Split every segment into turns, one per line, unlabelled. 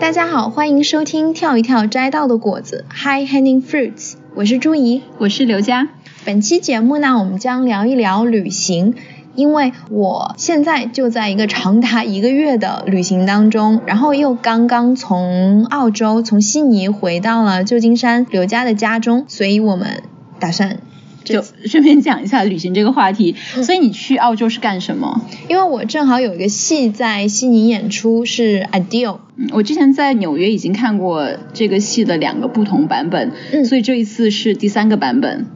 大家好，欢迎收听跳一跳摘到的果子 （High Hanging Fruits），我是朱怡。
我是刘佳。
本期节目呢，我们将聊一聊旅行，因为我现在就在一个长达一个月的旅行当中，然后又刚刚从澳洲从悉尼回到了旧金山刘家的家中，所以我们打算
就 顺便讲一下旅行这个话题。
嗯
所以你去澳洲是干什么？
因为我正好有一个戏在悉尼演出，是 Ideal。
嗯，我之前在纽约已经看过这个戏的两个不同版本，
嗯
所以这一次是第三个版本。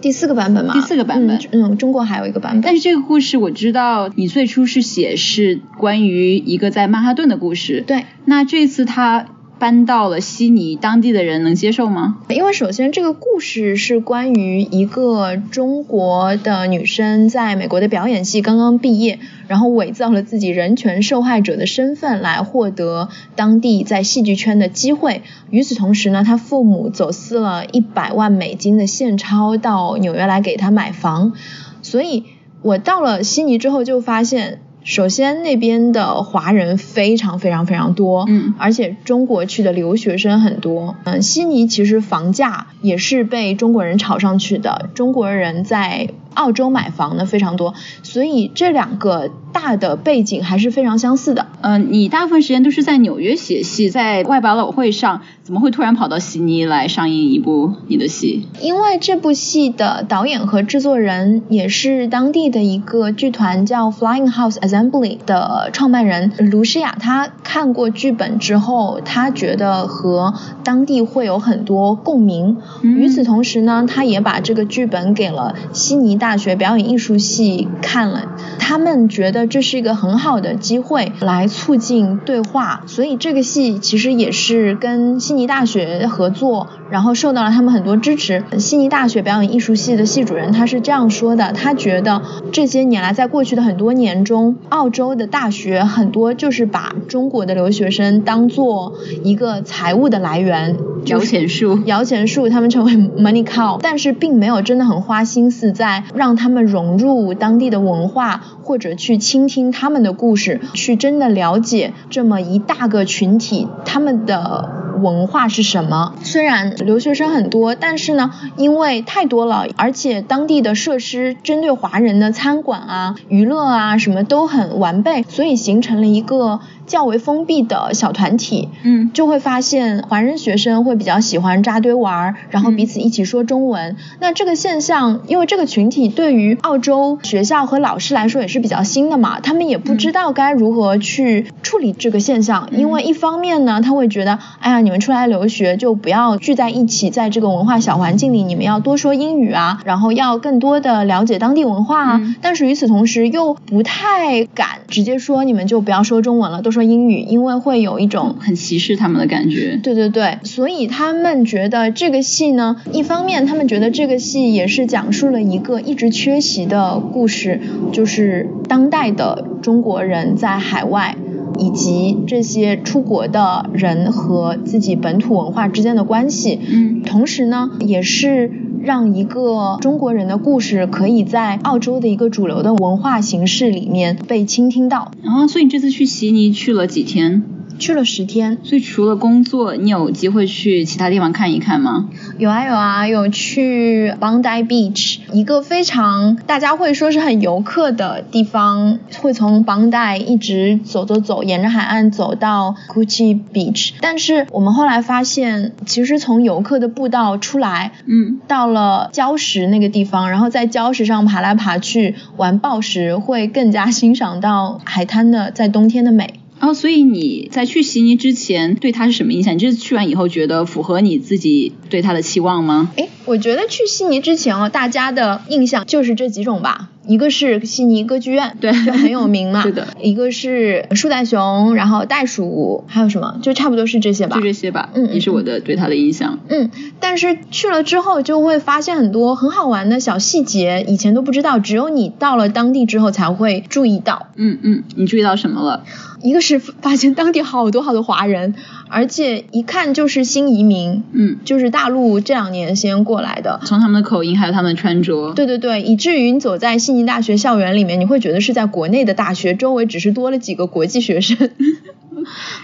第四个版本嘛，
第四个版本
嗯，嗯中国还有一个版本，
但是这个故事我知道你最初是写是关于一个在曼哈顿的故事，
对，
那这次他搬到了悉尼，当地的人能接受吗？
因为首先这个故事是关于一个中国的女生在美国的表演系刚刚毕业，然后伪造了自己人权受害者的身份来获得当地在戏剧圈的机会。与此同时呢，她父母走私了一百万美金的现钞到纽约来给她买房，所以我到了悉尼之后就发现。首先，那边的华人非常非常非常多，
嗯
而且中国去的留学生很多。嗯，悉尼其实房价也是被中国人炒上去的，中国人在澳洲买房的非常多，所以这两个大的背景还是非常相似的。
嗯、你大部分时间都是在纽约写戏，在外百老汇上，怎么会突然跑到悉尼来上映一部你的戏？
因为这部戏的导演和制作人也是当地的一个剧团叫 Flying House Assembly 的创办人卢诗雅，她看过剧本之后，她觉得和当地会有很多共鸣。
嗯
与此同时呢，她也把这个剧本给了悉尼大学表演艺术系看了，他们觉得这是一个很好的机会来促进对话，所以这个戏其实也是跟悉尼大学合作，然后受到了他们很多支持。悉尼大学表演艺术系的系主任他是这样说的，他觉得这些年来，在过去的很多年中，澳洲的大学很多就是把中国的留学生当做一个财务的来源，
摇钱树。
摇钱树，他们成为 money cow，但是并没有真的很花心思在让他们融入当地的文化，或者去倾听他们的故事，去真的了解这么一大个群体他们的文化是什么。虽然留学生很多，但是呢，因为太多了，而且当地的设施针对华人的餐馆啊、娱乐啊什么都很完备，所以形成了一个较为封闭的小团体。
嗯，
就会发现华人学生会比较喜欢扎堆玩儿，然后
嗯
彼此一起说中文。那这个现象，因为这个群体对于澳洲学校和老师来说也是比较新的嘛，他们也
嗯
不知道该如何去处理这个现象。因
嗯
为一方面呢，他会觉得，哎呀，你们出来留学就不要聚在一起，在这个文化小环境里，你们要多说英语啊，然后要更多的了解当地文化啊。
嗯
但是与此同时又不太敢直接说你们就不要说中文了，多说英语，因为会有一种
很歧视他们的感觉。
对对对，所以他们觉得这个戏呢，一方面他们觉得这个戏也是讲述了一个一直缺席的故事，就是当代的中国人在海外。以及这些出国的人和自己本土文化之间的关系，
嗯
同时呢，也是让一个中国人的故事可以在澳洲的一个主流的文化形式里面被倾听到。
然后，所以你这次去悉尼去了几天？
去了十天，
所以除了工作，你有机会去其他地方看一看吗？
有啊有啊，有去 Bondi Beach，一个非常大家会说是很游客的地方，会从 Bondi 一直走走走，沿着海岸走到 Gucci Beach。但是我们后来发现，其实从游客的步道出来，
嗯，
到了礁石那个地方，然后在礁石上爬来爬去玩暴石，会更加欣赏到海滩的在冬天的美。
哦，所以你在去悉尼之前对它是什么印象？你这次去完以后觉得符合你自己对它的期望吗？
诶，我觉得去悉尼之前哦，大家的印象就是这几种吧。一个是悉尼歌剧院，
对
就很有名嘛。
是的，
一个是树袋熊，然后袋鼠，还有什么？就差不多是这些吧
就。这些吧，
嗯嗯
也是我的对他的印象。
嗯，但是去了之后就会发现很多很好玩的小细节，以前都不知道，只有你到了当地之后才会注意到。
嗯嗯，你注意到什么了？
一个是发现当地好多好多华人，而且一看就是新移民，
嗯，
就是大陆这两年先过来的。
从他们的口音还有他们的穿着，
对对对，以至于你走在悉尼大学校园里面，你会觉得是在国内的大学，周围只是多了几个国际学生。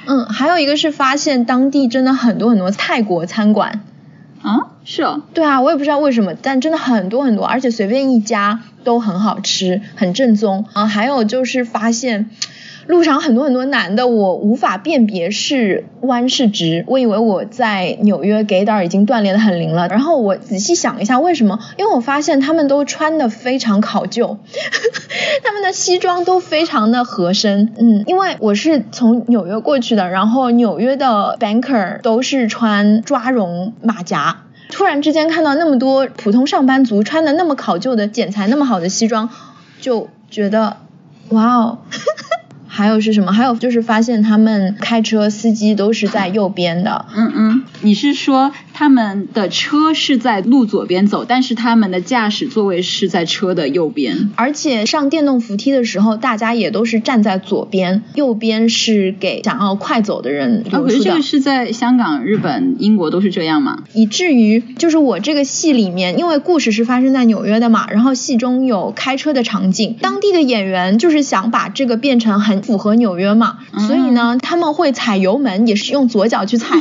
嗯，还有一个是发现当地真的很多很多泰国餐馆，
啊，是哦，
对啊，我也不知道为什么，但真的很多很多，而且随便一家都很好吃，很正宗啊。还有就是发现路上很多很多男的，我无法辨别是弯是直，我以为我在纽约 gaydar 已经锻炼的很灵了，然后我仔细想一下为什么，因为我发现他们都穿的非常考究， 他们的西装都非常的合身，嗯，因为我是从纽约过去的，然后纽约的 banker 都是穿抓绒马甲。突然之间看到那么多普通上班族穿的那么考究的剪裁那么好的西装，就觉得哇哦。 还有是什么？还有就是发现他们开车司机都是在右边的，
嗯嗯，你是说他们的车是在路左边走，但是他们的驾驶座位是在车的右边？
而且上电动扶梯的时候，大家也都是站在左边，右边是给想要快走的人留
啊，可是
出
这
的。
个是在香港、日本、英国都是这样吗？
以至于就是我这个戏里面，因为故事是发生在纽约的嘛，然后戏中有开车的场景，当地的演员就是想把这个变成很符合纽约嘛，
嗯
所以呢，他们会踩油门，也是用左脚去踩，因为他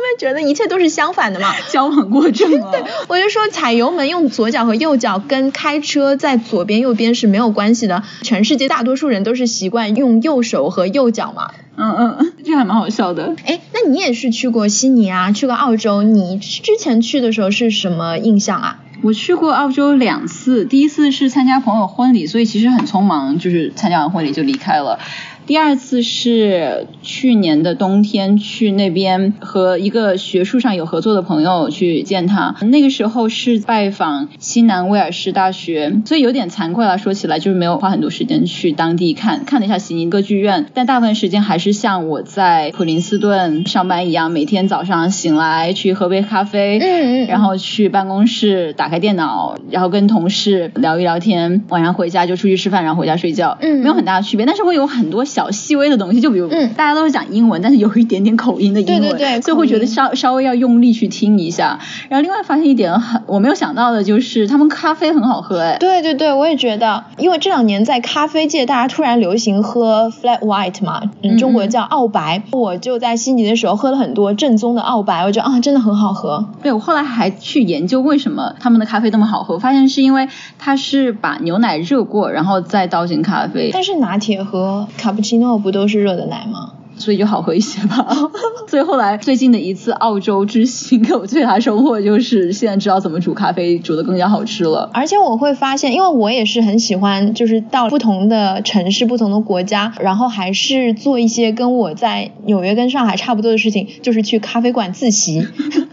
们觉得一切都是相反的嘛。
交往过正哦。
我就说踩油门用左脚和右脚跟开车在左边右边是没有关系的，全世界大多数人都是习惯用右手和右脚嘛。
嗯嗯，这还蛮好笑的。
哎，那你也是去过悉尼啊，去过澳洲，你之前去的时候是什么印象啊？
我去过澳洲两次，第一次是参加朋友婚礼，所以其实很匆忙，就是参加完婚礼就离开了。第二次是去年的冬天去那边和一个学术上有合作的朋友去见他，那个时候是拜访西南威尔士大学，所以有点惭愧了。说起来就是没有花很多时间去当地看，看了一下悉尼歌剧院，但大部分时间还是像我在普林斯顿上班一样，每天早上醒来去喝杯咖啡，
嗯嗯嗯
然后。然后去办公室打开电脑，然后跟同事聊一聊天，晚上回家就出去吃饭，然后回家睡觉，
嗯
没有很大的区别，但是会有很多小细微的东西，就比如、
嗯
大家都是讲英文，但是有一点点口音的英文，
对对对
所以会觉
口
得
音
稍稍微要用力去听一下。然后另外发现一点很我没有想到的就是他们咖啡很好喝，哎，
对对对，我也觉得，因为这两年在咖啡界，大家突然流行喝 flat white 嘛，
嗯
嗯，中国叫澳白。我就在悉尼的时候喝了很多正宗的澳白，我觉得啊，真的很好喝。
对，我后来还去研究为什么他们的咖啡那么好喝，发现是因为它是把牛奶热过，然后再倒进咖啡，
但是拿铁和卡布奇诺不都是热的奶吗？
所以就好喝一些吧。 所以后来最近的一次澳洲之行，给我最大收获就是现在知道怎么煮咖啡，煮的更加好吃了。
而且我会发现，因为我也是很喜欢，就是到不同的城市、不同的国家，然后还是做一些跟我在纽约跟上海差不多的事情，就是去咖啡馆自习，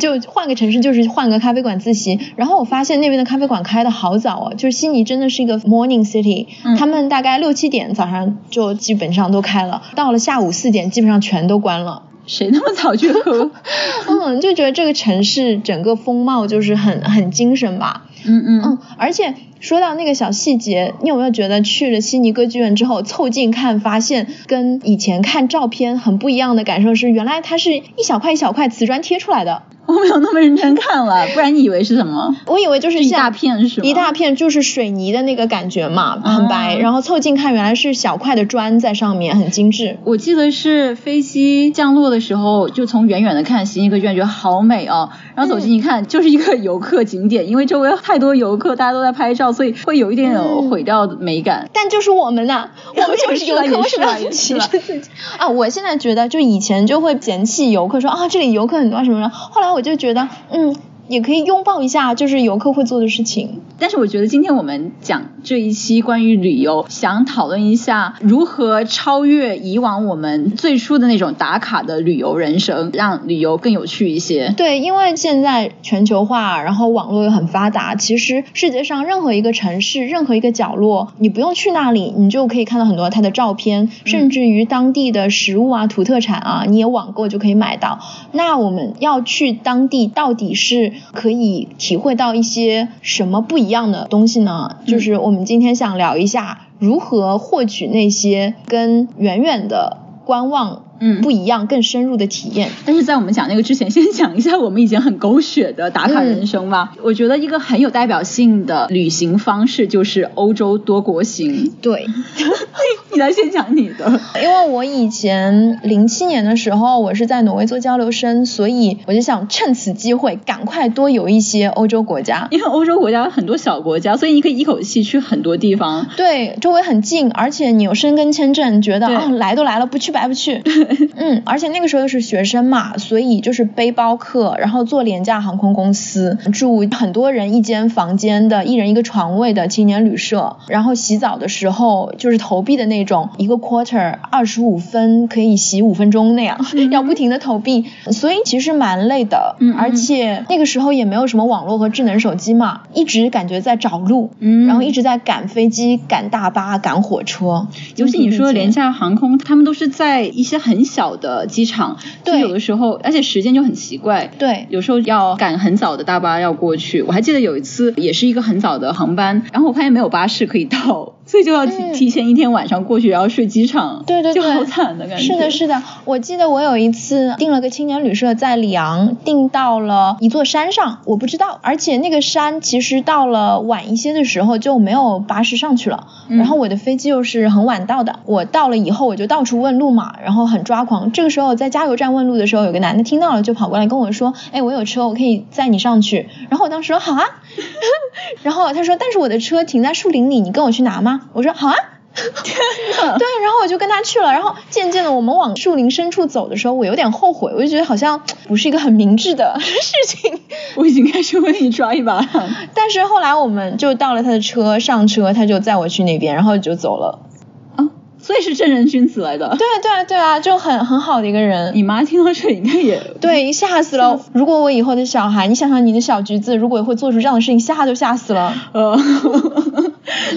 就换个城市就是换个咖啡馆自习。然后我发现那边的咖啡馆开的好早哦，就是悉尼真的是一个 morning city，、
嗯
他们大概六七点早上就基本上都开了，到了下午四点基本上全都关了。
谁那么早 去喝？
嗯，就觉得这个城市整个风貌就是很很精神吧。
嗯嗯，
嗯，而且说到那个小细节，你有没有觉得去了悉尼歌剧院之后，凑近看发现跟以前看照片很不一样的感受是，原来它是一小块一小块瓷砖贴出来的，
我没有那么认真看了，不然你以为是什么？
我以为就是
是一大
像。
片是吗？
一大片就是水泥的那个感觉嘛，很白，
啊
然后凑近看原来是小块的砖在上面，很精致。
我记得是飞机降落的时候，就从远远的看悉尼歌剧院，觉得好美哦。然后走近一看，就是一个游客景点，因为周围太多游客，大家都在拍照，所以会有一点点
嗯
毁掉美感。
但就是我们呐、我们就是游
也是
客，为什么
啦也
要
是
歧
啦
视自己啊？我现在啊觉得，就以前就会嫌弃游客说，啊这里游客很多什么的，后来我就觉得，嗯，也可以拥抱一下，就是游客会做的事情。
但是我觉得今天我们讲这一期关于旅游，想讨论一下如何超越以往我们最初的那种打卡的旅游人生，让旅游更有趣一些。
对，因为现在全球化，然后网络又很发达，其实世界上任何一个城市、任何一个角落，你不用去那里，你就可以看到很多它的照片，甚至于当地的食物啊、土特产啊，你也网购就可以买到。那我们要去当地，到底是可以体会到一些什么不一样的东西呢？就是我们今天想聊一下如何获取那些跟远远的观望
嗯
不一样、更深入的体验。
但是在我们讲那个之前，先讲一下我们以前很狗血的打卡人生吧。
嗯
我觉得一个很有代表性的旅行方式就是欧洲多国行。
对，
你来先讲你的，
因为我以前零七年的时候，我是在挪威做交流生，所以我就想趁此机会赶快多游一些欧洲国家。
因为欧洲国家有很多小国家，所以你可以一口气去很多地方。
对，周围很近，而且你有申根签证，觉得
对
啊来都来了，不去白不去。 嗯，而且那个时候又是学生嘛，所以就是背包客，然后坐廉价航空公司，住很多人一间房间的，一人一个床位的青年旅社，然后洗澡的时候就是投币的那种，一个 quarter 二十五分可以洗五分钟那样，要不停的投币，所以其实蛮累的。
嗯嗯嗯
而且那个时候也没有什么网络和智能手机嘛，一直感觉在找路。
嗯
然后一直在赶飞机、赶大巴、赶火车。
尤其你说廉
廉价，
价航空，他们都是在一些很小的机场，就
对
有的时候，而且时间就很奇怪。
对
有时候要赶很早的大巴要过去，我还记得有一次也是一个很早的航班，然后我发现没有巴士可以到，所以就要提,、
嗯
提前一天晚上过去，然后睡机场，
对对对
就好惨的感觉。
是的，是的，我记得我有一次订了个青年旅社，在里昂订到了一座山上，我不知道，而且那个山其实到了晚一些的时候就没有巴士上去了，
嗯
然后我的飞机又是很晚到的，我到了以后我就到处问路嘛，然后很抓狂。这个时候在加油站问路的时候，有个男的听到了就跑过来跟我说：“哎，我有车，我可以载你上去。”然后我当时说：“好啊。” 然后他说：“但是我的车停在树林里，你跟我去拿吗？”我说：“好啊。” 对，然后我就跟他去了，然后渐渐的，我们往树林深处走的时候，我有点后悔，我就觉得好像不是一个很明智的 事情。
我已经开始为你抓一把了。
但是后来我们就到了他的车，上车，他就载我去那边，然后就走了。
啊，所以是正人君子来的。
对啊，对啊，对啊，就很很好的一个人。
你妈听到这里应该也
对，吓死
吓
了
死！
如果我以后的小孩，你想想你的小橘子，如果会做出这样的事情，吓都吓死了。
呃，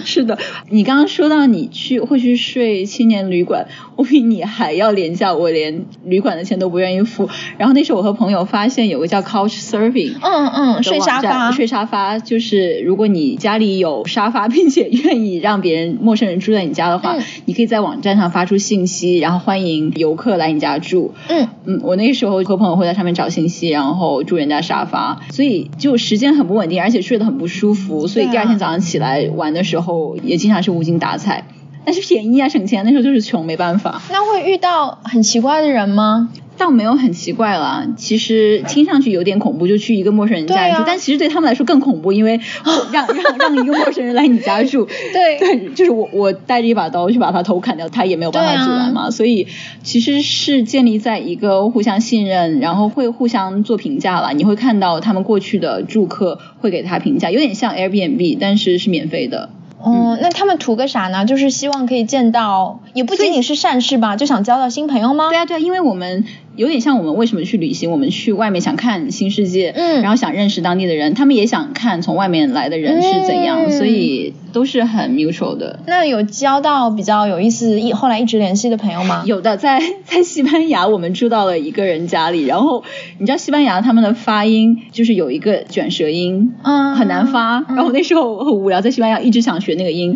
是的，你刚刚说到你去会去睡青年旅馆，我比你还要廉价，我连旅馆的钱都不愿意付。然后那时候我和朋友发现有个叫 Couch Surfing。
嗯嗯，睡沙发，
睡沙发就是如果你家里有沙发， 并且愿意让别人陌生人住在你家的话，
嗯
你可以在网站上发出信息，然后欢迎游客来你家住。
嗯，
嗯，我那时候和朋友会在上面找信息，然后住人家沙发，所以就时间很不稳定，而且睡得很不舒服，所以
对啊
第二天早上起来玩的时候也经常是无精打采。但是便宜啊，省钱，那时候就是穷，没办法。
那会遇到很奇怪的人吗？
倒没有很奇怪啦，其实听上去有点恐怖，就去一个陌生人家里住，
对啊
但其实对他们来说更恐怖，因为 让让让一个陌生人来你家 住，
对
对，就是我我带着一把刀去把他头砍掉，他也没有办法阻拦
啊
嘛，所以其实是建立在一个互相信任，然后会互相做评价啦，你会看到他们过去的住客会给他评价，有点像 Airbnb，但是是免费的。
哦，那他们图个啥呢？就是希望可以见到，也不仅仅是善事吧，就想交到新朋友吗？
对啊，对啊，因为我们有点像我们为什么去旅行，我们去外面想看新世界，
嗯
然后想认识当地的人，他们也想看从外面来的人是怎样，
嗯
所以都是很 mutual 的。
那有交到比较有意思，一后来一直联系的朋友吗？
有的在 在西班牙，我们住到了一个人家里，然后你知道西班牙他们的发音就是有一个卷舌音，
嗯
很难发。
嗯
然后那时候我很无聊，在西班牙一直想学那个 音，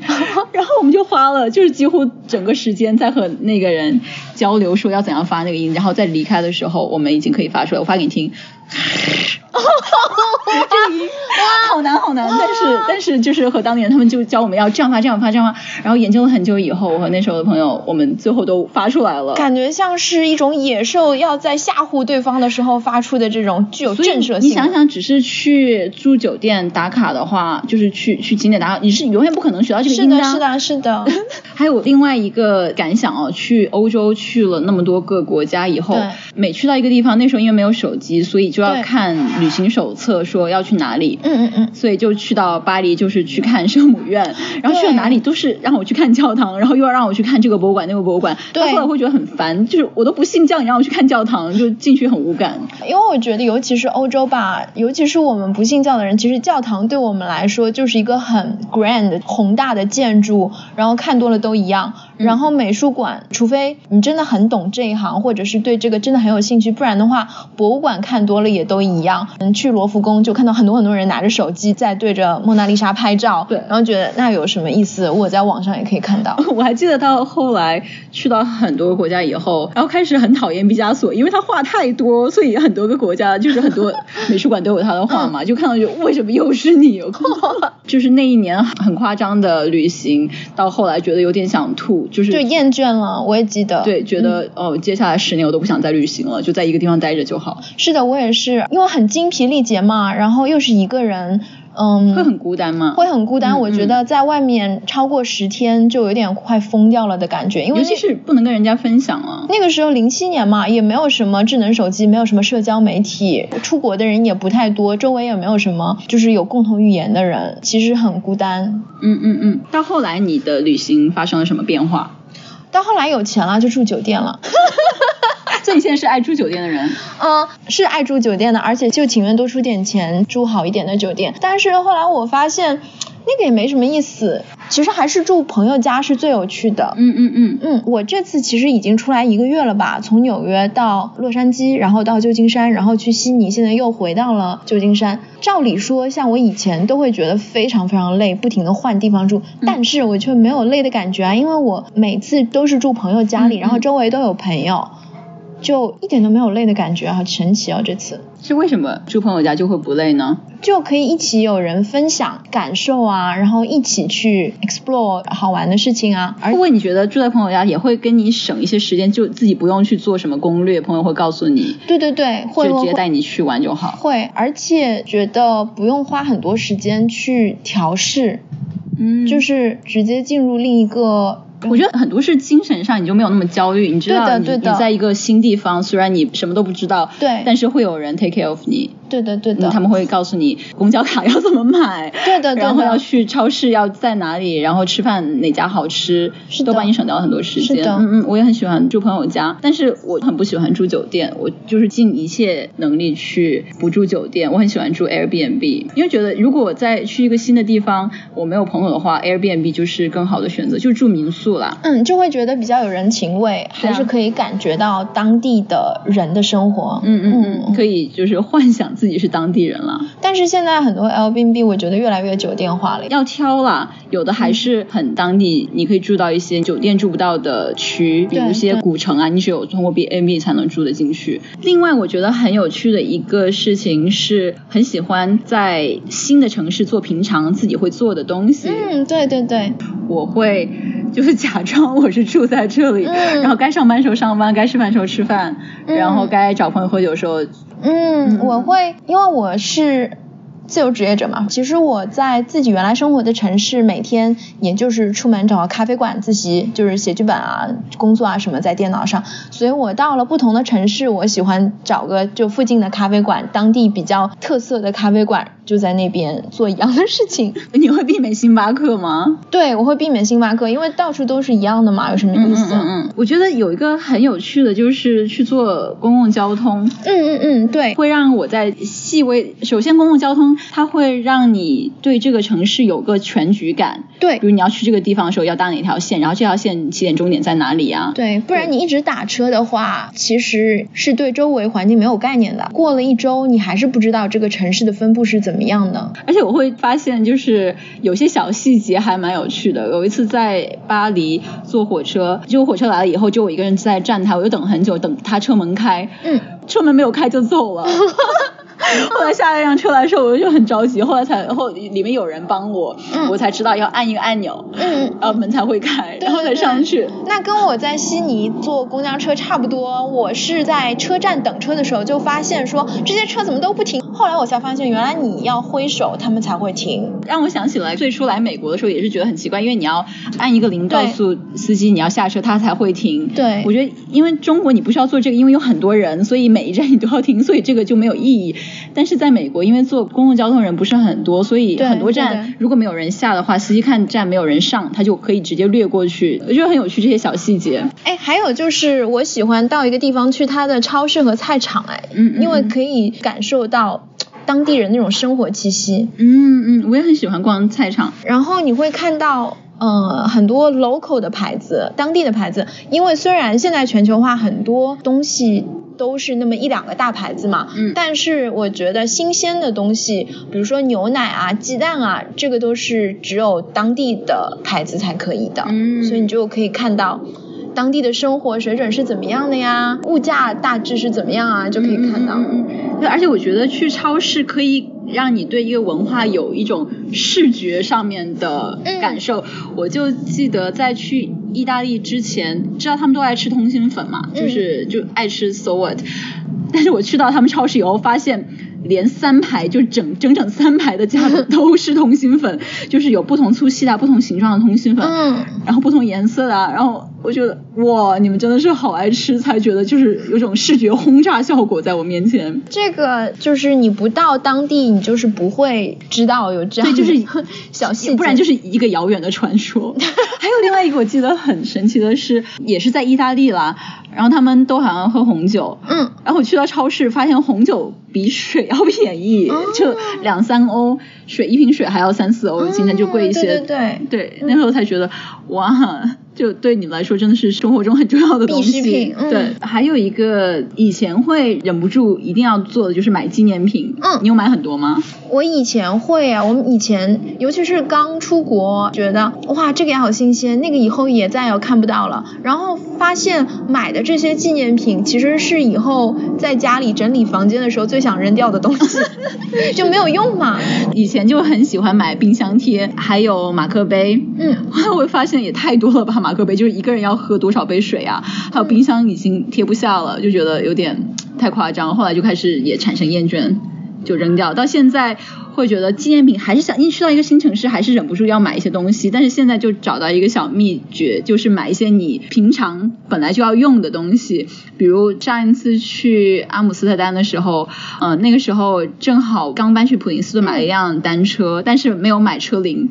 然后我们就花了就是几乎整个时间在和那个人交流，说要怎样发那个音，然后在离开的时候，我们已经可以发出来，我发给你 听。这个音好难好难，但是但是就是和当地人他们就教我们要这样发这样发这样发，然后研究了很久以后，我和那时候的朋友，我们最后都发出来了。
感觉像是一种野兽要在吓唬对方的时候发出的这种具有
所以
震慑性。
你想，想，只是去住酒店打卡的话，就是去去景点打卡，你是永远不可能学到这个
是
音
的，
啊
是。的，是的，
还有另外一个感想哦，去欧洲去了那么多个国家以后
对，
每去到一个地方，那时候因为没有手机，所以就要
对
看旅行手册，说要去哪里，
嗯嗯嗯，
所以就去到巴黎，就是去看圣母院，然后去了
对
哪里都是让我去看教堂，然后又要让我去看这个博物馆那个博物馆，
对
到后来我会觉得很烦，就是我都不信教，你让我去看教堂，就进去很无感。
因为我觉得，尤其是欧洲吧，尤其是我们不信教的人，其实教堂对我们来说就是一个很 grand 宏大的建筑，然后看多了都一样。
嗯
然后美术馆，除非你真的很懂这一行，或者是对这个真的很有兴趣，不然的话，博物馆看多了也都一样。嗯，去罗浮宫就看到很多很多人拿着手机在对着蒙娜丽莎拍照，
对
然后觉得那有什么意思？我在网上也可以看到。
我还记得到后来去到很多国家以后，然后开始很讨厌毕加索，因为他画太多，所以很多个国家就是很多美术馆都有他的
嗯
画嘛，就看到就为什么又是你？ 就是那一年很夸张的旅行，到后来觉得有点想吐，就是
就厌倦了，我也嗯记得。
对，觉得、哦，接下来十年我都不想再旅行了，就在一个地方待着就好，
是的，我也是，因为很精疲力竭嘛，然后又是一个人，嗯，
会很孤单吗？
会很孤单。
嗯
我觉
嗯
得在外面超过十天就有点快疯掉了的感觉，因为
尤其
那
是不能跟人家分享啊。
那个时候零七年嘛，也没有什么智能手机，没有什么社交媒体，出国的人也不太多，周围也没有什么就是有共同语言的人，其实很孤单。
嗯嗯嗯。到后来你的旅行发生了什么变化？
到后来有钱了就住酒店了，
所以你现在是爱住酒店的人。
嗯，是爱住酒店的，而且就情愿多出点钱住好一点的酒店。但是后来我发现，那个也没什么意思。其实还是住朋友家是最有趣的。
嗯嗯嗯。
嗯，我这次其实已经出来一个月了吧，从纽约到洛杉矶，然后到旧金山，然后去悉尼，现在又回到了旧金山。照理说，像我以前都会觉得非常非常累，不停的换地方住，
嗯
但是我却没有累的感觉啊，因为我每次都是住朋友家里，
嗯嗯
然后周围都有朋友，就一点都没有累的感觉，好神奇哦！这次
是为什么住朋友家就会不累呢？
就可以一起有人分享感受啊，然后一起去 explore 好玩的事情啊，
而不过你觉得住在朋友家也会跟你省一些时间，就自己不用去做什么攻略，朋友会告诉你，
对对对，会
就直
会
接
会
带你去玩就好。
会，而且觉得不用花很多时间去调试，
嗯就
就是是直接进入另一个。
我觉得很多是精神上你就没有那么焦虑，你知
嗯
道
对的
你
对的
你在一个新地方，虽然你什么都不知道，
对
但是会有人 take care of 你，
对的，对
嗯
的，
他们会告诉你公交卡要怎么买。
对的，对
然后要
的，
去超市要在哪里，然后吃饭哪家好吃，
是的
都帮你省掉很多时间。
是的
嗯嗯，我也很喜欢住朋友家，但是我很不喜欢住酒店，我就是尽一切能力去不住酒店。我很喜欢住 Airbnb，因为觉得如果我再去一个新的地方，我没有朋友的话，Airbnb 就是更好的选择，就住民宿啦。
嗯，就会觉得比较有人情味，
对
还
啊
是可以感觉到当地的人的生活。
嗯嗯嗯，可
以。
以就是幻想自己是当地人了。
但是现在很多 L B B 我觉得越来越酒店化了。
要挑啦，有
嗯
的还是很当地，你可以住到一些酒店住不到的区，比如
对
一些
对
古城啊，你只有通过 B N B 才能住得进去。另外，我觉得很有趣的一个事情是，很喜欢在新的城市做平常自己会做的东西。
嗯，对对对，
我会就是假装我是住在这里，
嗯
然后该上班时候上班，该吃饭时候吃饭，
嗯
然后该找朋友喝酒的时候，
嗯，
嗯
我会，因为我是自由职业者嘛。其实我在自己原来生活的城市，每天也就是出门找咖啡馆自习，就是写剧本啊、工作啊什么在电脑上。所以我到了不同的城市，我喜欢找个就附近的咖啡馆，当地比较特色的咖啡馆，就在那边做一样的事情。
你会避免星巴克吗？
对，我会避免星巴克，因为到处都是一样的嘛，有什么意思？啊
嗯嗯，我觉得有一个很有趣的就是去坐公共交通，
嗯嗯嗯，对，
会让我在细微。首先，公共交通它会让你对这个城市有个全局感，
对
比如你要去这个地方的时候要搭哪条线，然后这条线起点终点在哪里啊？
对，不然
对
你一直打车的话，其实是对周围环境没有概念的。过了一周，你还是不知道这个城市的分布是怎么样的。
而且我会发现，就是有些小细节还蛮有趣的。有一次在巴黎坐火车，结果火车来了以后，就我一个人在站台，我就等很久，等他车门开，
嗯，
车门没有开就 走了。后来下一辆车来的时候，我就很着急，后来才后里面有人帮我，
嗯
我才知道要按一个按钮，
嗯，
呃门才会开，
对
然后才上去。
那跟我在悉尼坐公交车差不多。我是在车站等车的时候就发现说这些车怎么都不停，后来我才发现原来你要挥手他们才会停。
让我想起来最初来美国的时候也是觉得很奇怪，因为你要按一个铃告诉司机你要下车，他才会停。
对
我觉得因为中国你不需要做这个，因为有很多人，所以每一站你都要停，所以这个就没有意义。但是在美国，因为坐公共交通人不是很多，所以
对
很多
对
站如果没有人下的话，西西看站没有人上，他就可以直接略过去，我觉得很有趣这些小细节。
哎，还有就是我喜欢到一个地方去它的超市和菜场，哎，
嗯嗯
因为
嗯
可以感受到当地人那种生活气息。
嗯嗯，我也很喜欢逛菜场。
然后你会看到，呃，很多 local 的牌子，当地的牌子，因为虽然现在全球化很多东西。都是那么一两个大牌子嘛，
嗯
但是我觉得新鲜的东西，比如说牛奶啊、鸡蛋啊，这个都是只有当地的牌子才可以的，
嗯
所以你就可以看到当地的生活水准是怎么样的呀，物价大致是怎么样啊，就可以看到。
嗯嗯嗯嗯对，而且我觉得去超市可以让你对一个文化有一种视觉上面的
嗯
感受。我就记得在去意大利之前，知道他们都爱吃通心粉嘛，就是就爱吃 so what，但是我去到他们超市以后发现。连三排就整整整三排的 架子都是通心粉，就是有不同粗细的啊、不同形状的通心粉，
嗯
然后不同颜色的啊，然后我觉得哇，你们真的是好爱吃，才觉得就是有种视觉轰炸效果在我面前。
这个就是你不到当地，你就是不会知道有这样
对，
的
就是
小细节，
不然就是一个遥远的 传说。还有另外一个我记得很神奇的是，也是在意大利啦，然后他们都好像喝红酒，
嗯，
然后我去到超市发现红酒比水要便宜，
哦
就两三欧，水一瓶水还要三四欧，今天就贵一些。
嗯对对
对，那时候才觉得哇，就对你们来说真的是生活中很重要的东西。
必需品嗯
对，还有一个以前会忍不住一定要做的就是买纪念品。
嗯
你有买很多吗？
对，我以前会啊，我们以前尤其是刚出国，觉得哇这个也好新鲜，那个以后也再也看不到了，然后发现买的这些纪念品其实是以后在家里整理房间的时候最想扔掉的东西， 就没有用嘛，
以前就很喜欢买冰箱贴，还有马克杯。
嗯。
后来 我发现也太多了吧，马克杯就是一个人要喝多少杯水啊？还有冰箱已经贴不下了，就觉得有点太夸张。后来就开始也产生厌倦，就扔掉。到现在会觉得纪念品还是想，因为去到一个新城市还是忍不住要买一些东西。但是现在就找到一个小秘诀，就是买一些你平常本来就要用的东西。比如上一次去阿姆斯特丹的时候，嗯、那个时候正好刚搬去普林斯顿，买了一辆单车，但是没有买车龄，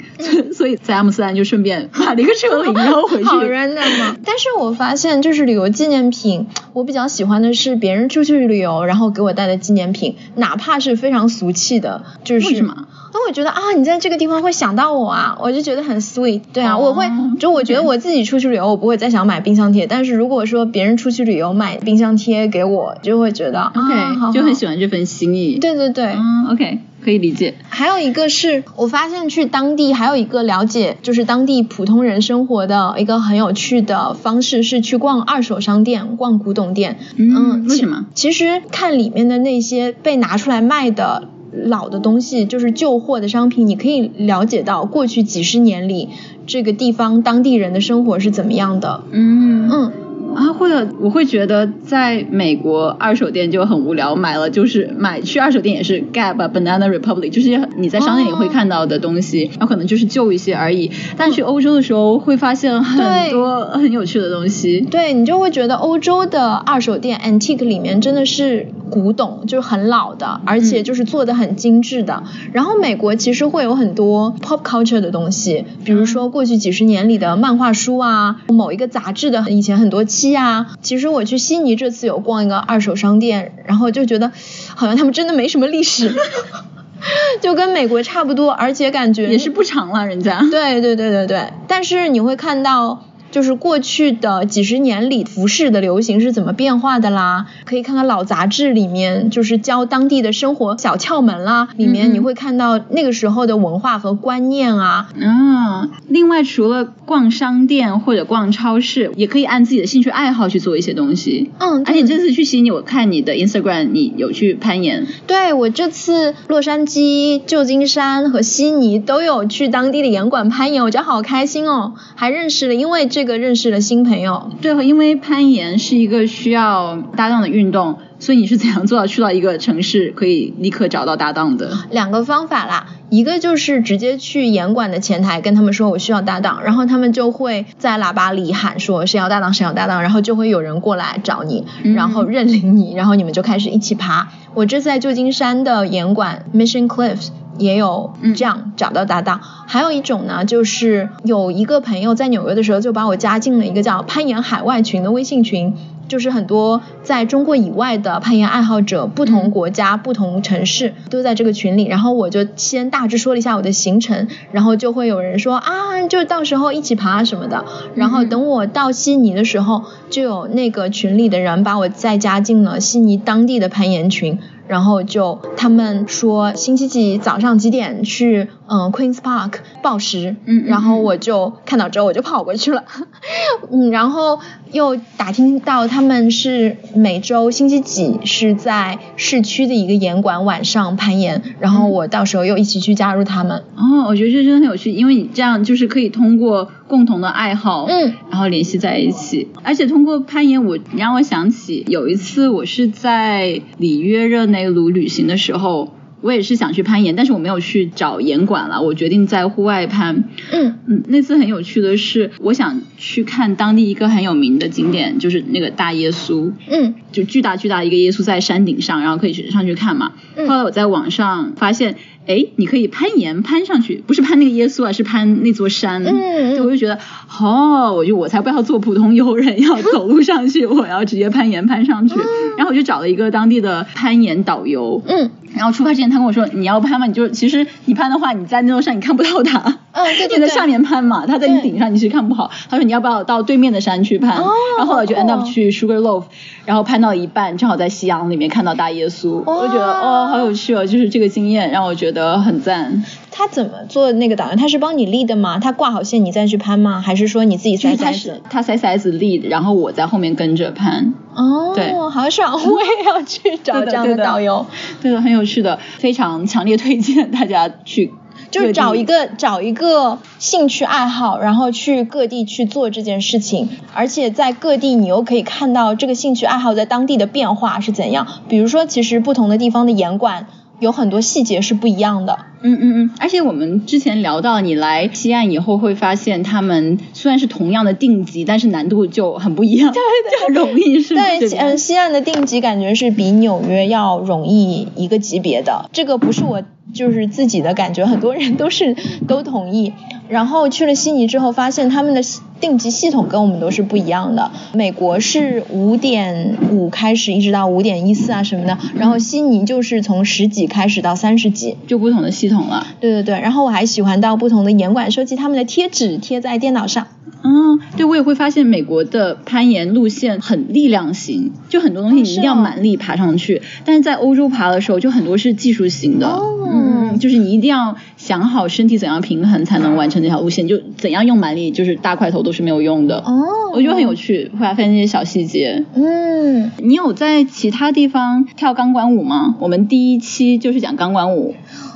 所以在阿姆斯特丹就 顺便买了一个车龄，然后回去。
好 random 啊！但是我发现，就是旅游纪念品，我比较喜欢的是别人出去旅游，然后给我带的纪念品，哪怕是非常俗气的，就是
为什么？
那我觉得啊，你在这个地方会想到我啊，我就觉得很 sweet。对啊，
哦
我会就我觉得
OK
我自己出去旅游，我不会再想买冰箱贴，但是如果说别人出去旅游买冰箱贴给我，就会觉得
OK，、
啊，好
就很喜
欢。
欢这份心意。，
对对对，
嗯，OK，可以理解。
还有一个是我发现去当地还有一个了解，就是当地普通人生活的一个很有趣的方式是去逛二手商店、逛古董店。嗯
为什么？
其实看里面的那些被拿出来卖的。老的东西就是旧货的商品，你可以了解到过去几十年里这个地方当地人的生活是怎么样的。
嗯
嗯，
啊，会有，我会觉得在美国二手店就很无聊，买了就是买去二手店也是 Gap 啊、Banana Republic，就是你在商店里
哦
会看到的东西，然后可能就是旧一些而已。但去欧洲的时候会发现很
对
多很有趣的东西。
对你就会觉得欧洲的二手店 antique 里面真的是古董，就是很老的，而且
嗯
就是做的很精致的。然后美国其实会有很多 pop culture 的东西，比
嗯
如说过去几十年里的漫画书啊，某一个杂志的以前很多期啊。其实我去悉尼这次有逛一个二手商店，然后就觉得好像他们真的没什么历史， 就跟美国差不多，而且感觉
也是不长了，人家。
对对对对对，但是你会看到。就是过去的几十年里，服饰的流行是怎么变化的啦？可以看看老杂志里面，就是教当地的生活小窍门啦。里
嗯嗯
面你会看到那个时候的文化和观念啊。
嗯，另外除了逛商店或者逛超市，也可以按自己的兴趣爱好去做一些东西。
嗯，
而且这次去悉尼，我看你的 Instagram，你有去攀岩。
对我这次洛杉矶、旧金山和悉尼都有去当地的岩馆攀岩，我觉得好开心哦，还认识了，因为这这个认识了新朋友。
对，因为攀岩是一个需要搭档的运动，所以你是怎样做到去到一个城市可以立刻找到搭档的？
两个方法啦，一个就是直接去岩馆的前台跟他们说我需要搭档，然后他们就会在喇叭里喊说谁要搭档谁要搭档，然后就会有人过来找你，然后认领你，然后你们就开始一起爬。我这次在旧金山的岩馆 Mission Cliffs 也有这样找到搭档。还有一种呢，就是有一个朋友在纽约的时候就把我加进了一个叫攀岩海外群的微信群。就是很多在中国以外的攀岩爱好者，不同国家、不同城市都在这个群里。然后我就先大致说了一下我的行程，然后就会有人说啊，就到时候一起爬什么的。然后等我到悉尼的时候，就有那个群里的人把我再加进了悉尼当地的攀岩群。然后就他们说星期几早上几点去，嗯，Queens Park 报时，
嗯嗯
然后我就看到之后我就跑过去了， 嗯，然后又打听到他们是每周星期几是在市区的一个岩馆晚上攀岩，然后我到时候又一起去加入他们，
哦，我觉得这真的很有趣，因为你这样就是可以通过共同的爱好，
嗯，
然后联系在一起，而且通过攀岩我，你让我想起有一次我是在里约热内卢旅行的时候，我也是想去攀岩，但是我没有去找岩馆了，我决定在户外攀。
嗯
嗯，那次很有趣的是，我想去看当地一个很有名的景点，就是那个大耶稣。
嗯
就巨大巨大的一个耶稣在山顶上，然后可以去上去看嘛。
嗯
后来我在网上发现，哎，你可以攀岩攀上去，不是攀那个耶稣啊，是攀那座山。
嗯
对，我就觉得，哦，我就我才不要做普通游人，要走路上去， 我要直接攀岩攀上去。然后我就找了一个当地的攀岩导游，
嗯
然后出发之前他跟我说，你要攀吗？你就其实你攀的话，你在那座山你看不到它。
嗯，对对
你
对，
在下面攀嘛，他在你顶上，你是看不好。他说你要不要到对面的山去攀？
哦
然后后来就
好
end
酷哦
up 去 Sugarloaf，然后攀到一半，正好在夕阳里面看到大耶稣，
哇
我就觉得哦，好有趣哦，就是这个经验让我觉得很赞。
他怎么做那个导游？他是帮你立的吗？他挂好线你再去攀吗？还是说你自己
就
塞
是他
塞
是
子？
他塞塞子 lead，然后我在后面跟着攀，对
哦，好爽！我也要去找
对的
这样
对
的
的
导游，
对的，很有趣的，非常强烈推荐大家去
就
各地。
是找一个找一个兴趣爱好，然后去各地去做这件事情，而且在各地你又可以看到这个兴趣爱好在当地的变化是怎样。比如说，其实不同的地方的岩馆有很多细节是不一样的。
嗯嗯嗯，而且我们之前聊到，你来西岸以后会发现，他们虽然是同样的定级，但是难度就很不一样，对对，容易是
对，西嗯，
嗯
西岸的定级感觉是比纽约要容易一个级别的，这个不是我就是自己的感觉，很多人都是都同意。然后去了悉尼之后，发现他们的系定级系统跟我们都是不一样的。美国是五点五开始，一直到五点一四啊什么的，然后悉尼就是从十几开始到三十几。
就不同的系统了。
对对对，然后我还喜欢到不同的岩馆收集他们的贴纸，贴在电脑上。
嗯，对，我也会发现美国的攀岩路线很力量型，就很多东西你一定要
是哦
蛮力爬上去。但是在欧洲爬的时候，就很多是技术型的，
哦
嗯，就是你一定要想好身体怎样平衡才能完成这条路线，就怎样用蛮力，就是大块头都是没有用的。
哦，
我觉得很有。趣，会发现这些小细节。
嗯，
你有在其他地方跳钢管舞吗？我们第一期就是讲钢管舞，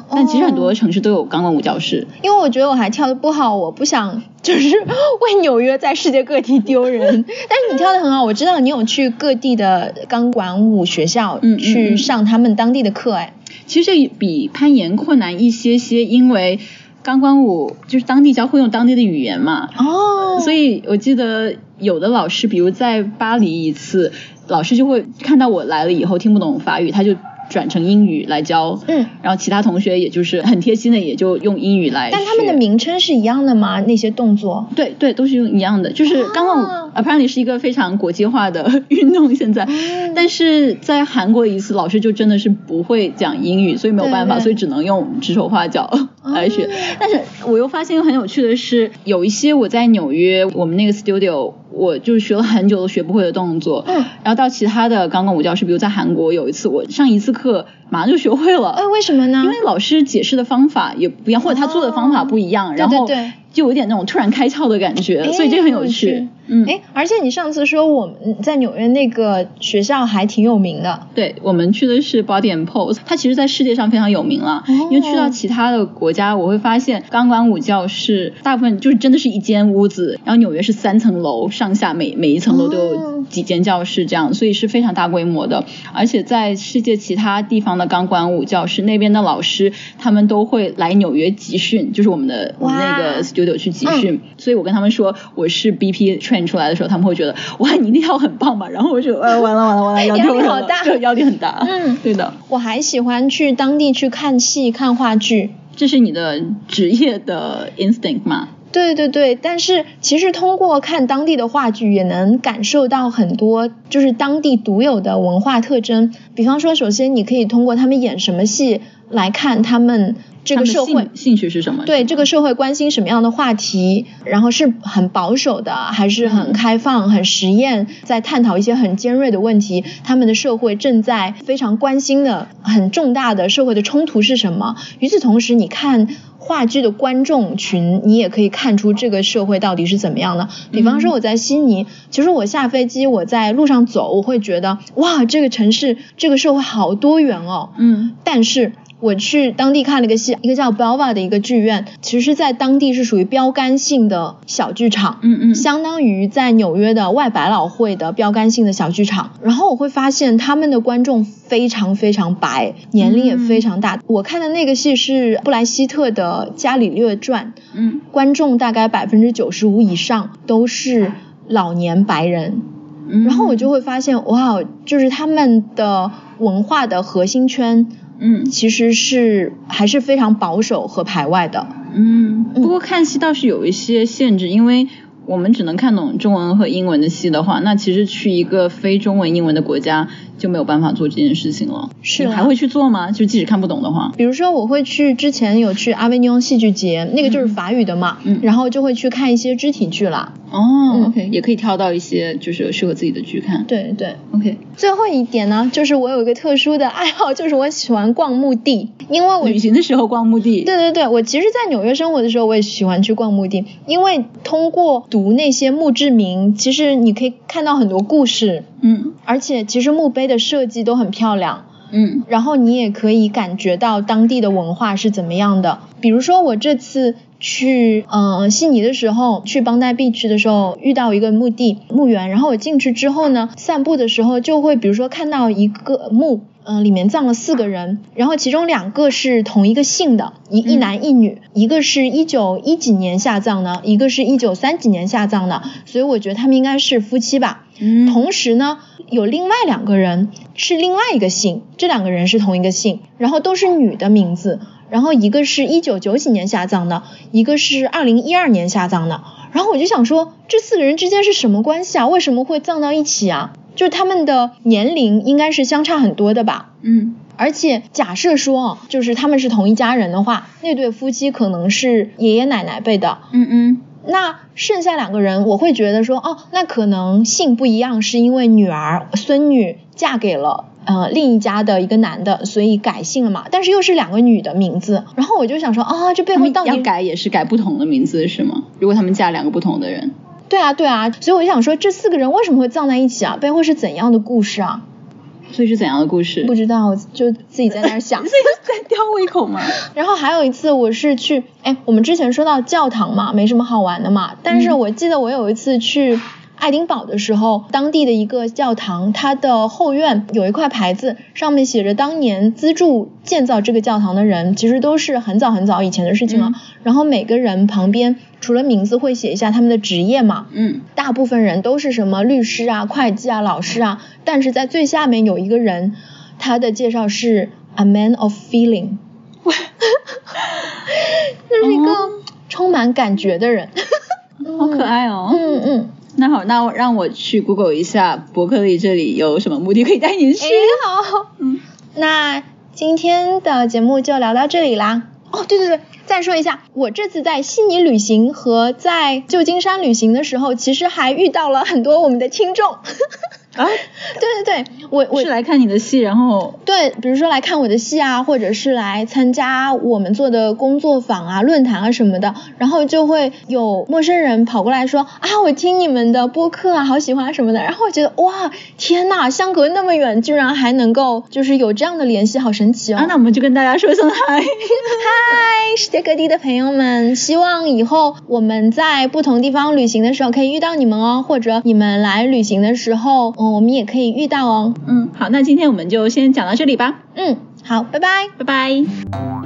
哦
但其实很多城市都有钢管舞教室。
因为我觉得我还跳的不好，我不想 就是为纽约在世界各地丢人。 但是你跳的很好，我知道你有去各地的钢管舞学校
嗯嗯
去
嗯
上他们当地的课，哎，
其实这比攀岩困难一些些，因为钢管舞就是当地教会用当地的语言嘛，
哦
所
以
以我记得有的老师，比如在巴黎一次，老师就会看到我来了以后听不懂法语，他就转成英语来教。
嗯。
然后其他同学也就是很贴心的，也就用英语来学。
但他们的名称是一样的吗？那些动作？
对对，都是用一样的，就是钢管舞
啊
apparently 是一个非常国际化的 运动现在，但是在韩国一次老师就真的是不会讲英语，所以没有
对
办法，
对哦
所以只能用指手画脚 来学。
啊
但是我又发现一个很有趣的是，有一些我在纽约我们那个 studio。我就是学了很久都学不会的动作，
嗯
然后到其他的钢管舞教室，比如在韩国有一次，我上一次课马上就学会了，
哎，为什么呢哦
因？为老师解释的方法也不一样，或者他做的方法不一样，
对
然后
对对
就有点那种突然开窍的感觉，
哎
所以这个很有
很有趣
趣。嗯
哎，而且你上次说我们在纽约那个学校还挺有名的，
对我们去的是 Body and Pose，它其实在世界上非常有名了。
哦
因为去到其他的国家，我会发现钢管舞教室大部分就是真的是一间屋子，然后纽约是三层楼，上下每每一层楼都有
哦
几间教室这样，所以是非常大规模的。而且在世界其他地方的钢管舞教室，那边的老师他们都会来纽约集训，就是我们的我们那
哇嗯
个 studio 去集训。所以我跟他们说我是 BP train 出来的时候，他们会觉得哇你那套很棒嘛，然后我就呃完了完了完了，要
压力
丢人
好
了
大
对压力很大。
嗯
对的，
我还喜欢去当地去看戏、看话剧。
这是你的职业的 instinct 嘛？
对对对，但是其实通过看当地的话剧，也能感受到很多就是当地独有的文化特征。比方说，首先你可以通过他们演什么戏来看他们这
他
个
们
社会
兴兴趣是什么？
对这个社会关心什么样的话题，然后是很保守的，还是很开放、很实验，在探讨一些很尖锐的问题。他们的社会正在非常关心的、很重大的社会的冲突是什么？与此同时，你看。话剧的观众群，你也可以看出这个社会到底是怎么样的。比方说我在悉尼，其实我下飞机，我在路上走，我会觉得哇，这个城市、这个社会好多元哦。
嗯
但是我去当地看了一个戏，一个叫 Belva 的一个剧院，其实在当地是属于标杆性的小剧场。
嗯嗯，
相当于在纽约的外百老汇的标杆性的小剧场，然后我会发现他们的观众非常非常白，年龄也非常
嗯
大。我看的那个戏是布莱希特的《伽利略传》，
嗯
观众大概百分之九十五以上都是老年白人，
嗯，
然后我就会发现，哇，就是他们的文化的核心圈
嗯
其实是还是非常保守和排外的。
嗯，不过看戏倒是有一些限制，因为。我们只能看懂中文和英文的戏的话，那其实去一个非中文、英文的国家就没有办法做这件事情了。
是啊
你还
啦
会去做吗？就即使看不懂的话，
比如说，我会去之前有去阿维尼翁戏剧节，那个就是法语的嘛，
嗯
然后就会去看一些肢体剧啦。
哦
嗯
，OK，也可以挑到一些就是适合自己的剧看。
对对，
OK，
最后一点呢，就是我有一个特殊的爱好，就是我喜欢逛墓地，因为我
旅行的时候逛墓地。
对对对，我其实，在纽约生活的时候，我也喜欢去逛墓地，因为通过读那些墓志铭，其实你可以看到很多故事，
嗯
而且其实墓碑的设计都很漂亮。
嗯
然后你也可以感觉到当地的文化是怎么样的。比如说我这次去呃悉尼的时候，去邦代 beach 的时候，遇到一个墓地墓园，然后我进去之后呢，散步的时候就会比如说看到一个墓。嗯、里面葬了四个人，然后其中两个是同一个姓的，一一
嗯
男一女，一个是一九一几年下葬的，一个是一九三几年下葬的，所以我觉得他们应该是夫妻吧。
嗯，
同时呢，有另外两个人是另外一个姓，这两个人是同一个姓，然后都是女的名字，然后一个是一九九几年下葬的，一个是二零一二年下葬的，然后我就想说，这四个人之间是什么关系啊？为什么会葬到一起啊？就是他们的年龄应该是相差很多的吧？
嗯
而且假设说哦，就是他们是同一家人的话，那对夫妻可能是爷爷奶奶辈的，
嗯嗯
那剩下两个人，我会觉得说，哦，那可能姓不一样，是因为女儿、孙女嫁给了呃另一家的一个男的，所以改姓了嘛。但是又是两个女的名字，然后我就想说，啊、这背
他
后
们
到
要
底
改也是改不同的名字是吗？如果他们嫁两个不同的人，
对啊对啊，所以我就想说，这四个人为什么会葬在一起啊？背后是怎样的故事啊？
所以是怎样的故事？
不知道，我就自己在那儿想
所。以是在吊胃口吗？
然后还有一次，我是去，哎，我们之前说到教堂嘛，没什么好玩的嘛。但是
嗯
我记得我有一次去爱丁堡的时候，当地的一个教堂，它的后院有一块牌子，上面写着当年资助建造这个教堂的人，其实都是很早很早以前的事情了。
嗯
然后每个人旁边除了名字会写一下他们的职业嘛，
嗯
大部分人都是什么律师啊、会计啊、老师啊，但是在最下面有一个人，他的介绍是 a man of feeling，就是一个
哦
充满感觉的人。
好可爱哦。
嗯嗯，
那好，那我让我去 Google 一下伯克利这里有什么目的可以带您去。
哎，好，
嗯
那今天的节目就聊到这里啦。哦，对对对，再说一下，我这次在悉尼旅行和在旧金山旅行的时候，其实还遇到了很多我们的听众。
啊，
对对对，我我
是来看你的戏，然后
对，比如说来看我的戏啊，或者是来参加我们做的工作坊啊、论坛啊什么的，然后就会有陌生人跑过来说啊，我听你们的播客啊，好喜欢啊什么的，然后我觉得哇，天呐，相隔那么远，居然还能够就是有这样的联系，好神奇哦！
啊，那我们就跟大家说一声嗨。
嗨，世界各地的朋友们，希望以后我们在不同地方旅行的时候可以遇到你们哦，或者你们来旅行的时候，嗯，我们也可以遇到哦。
嗯，好，那今天我们就先讲到这里吧，
嗯，好，拜拜。
拜拜。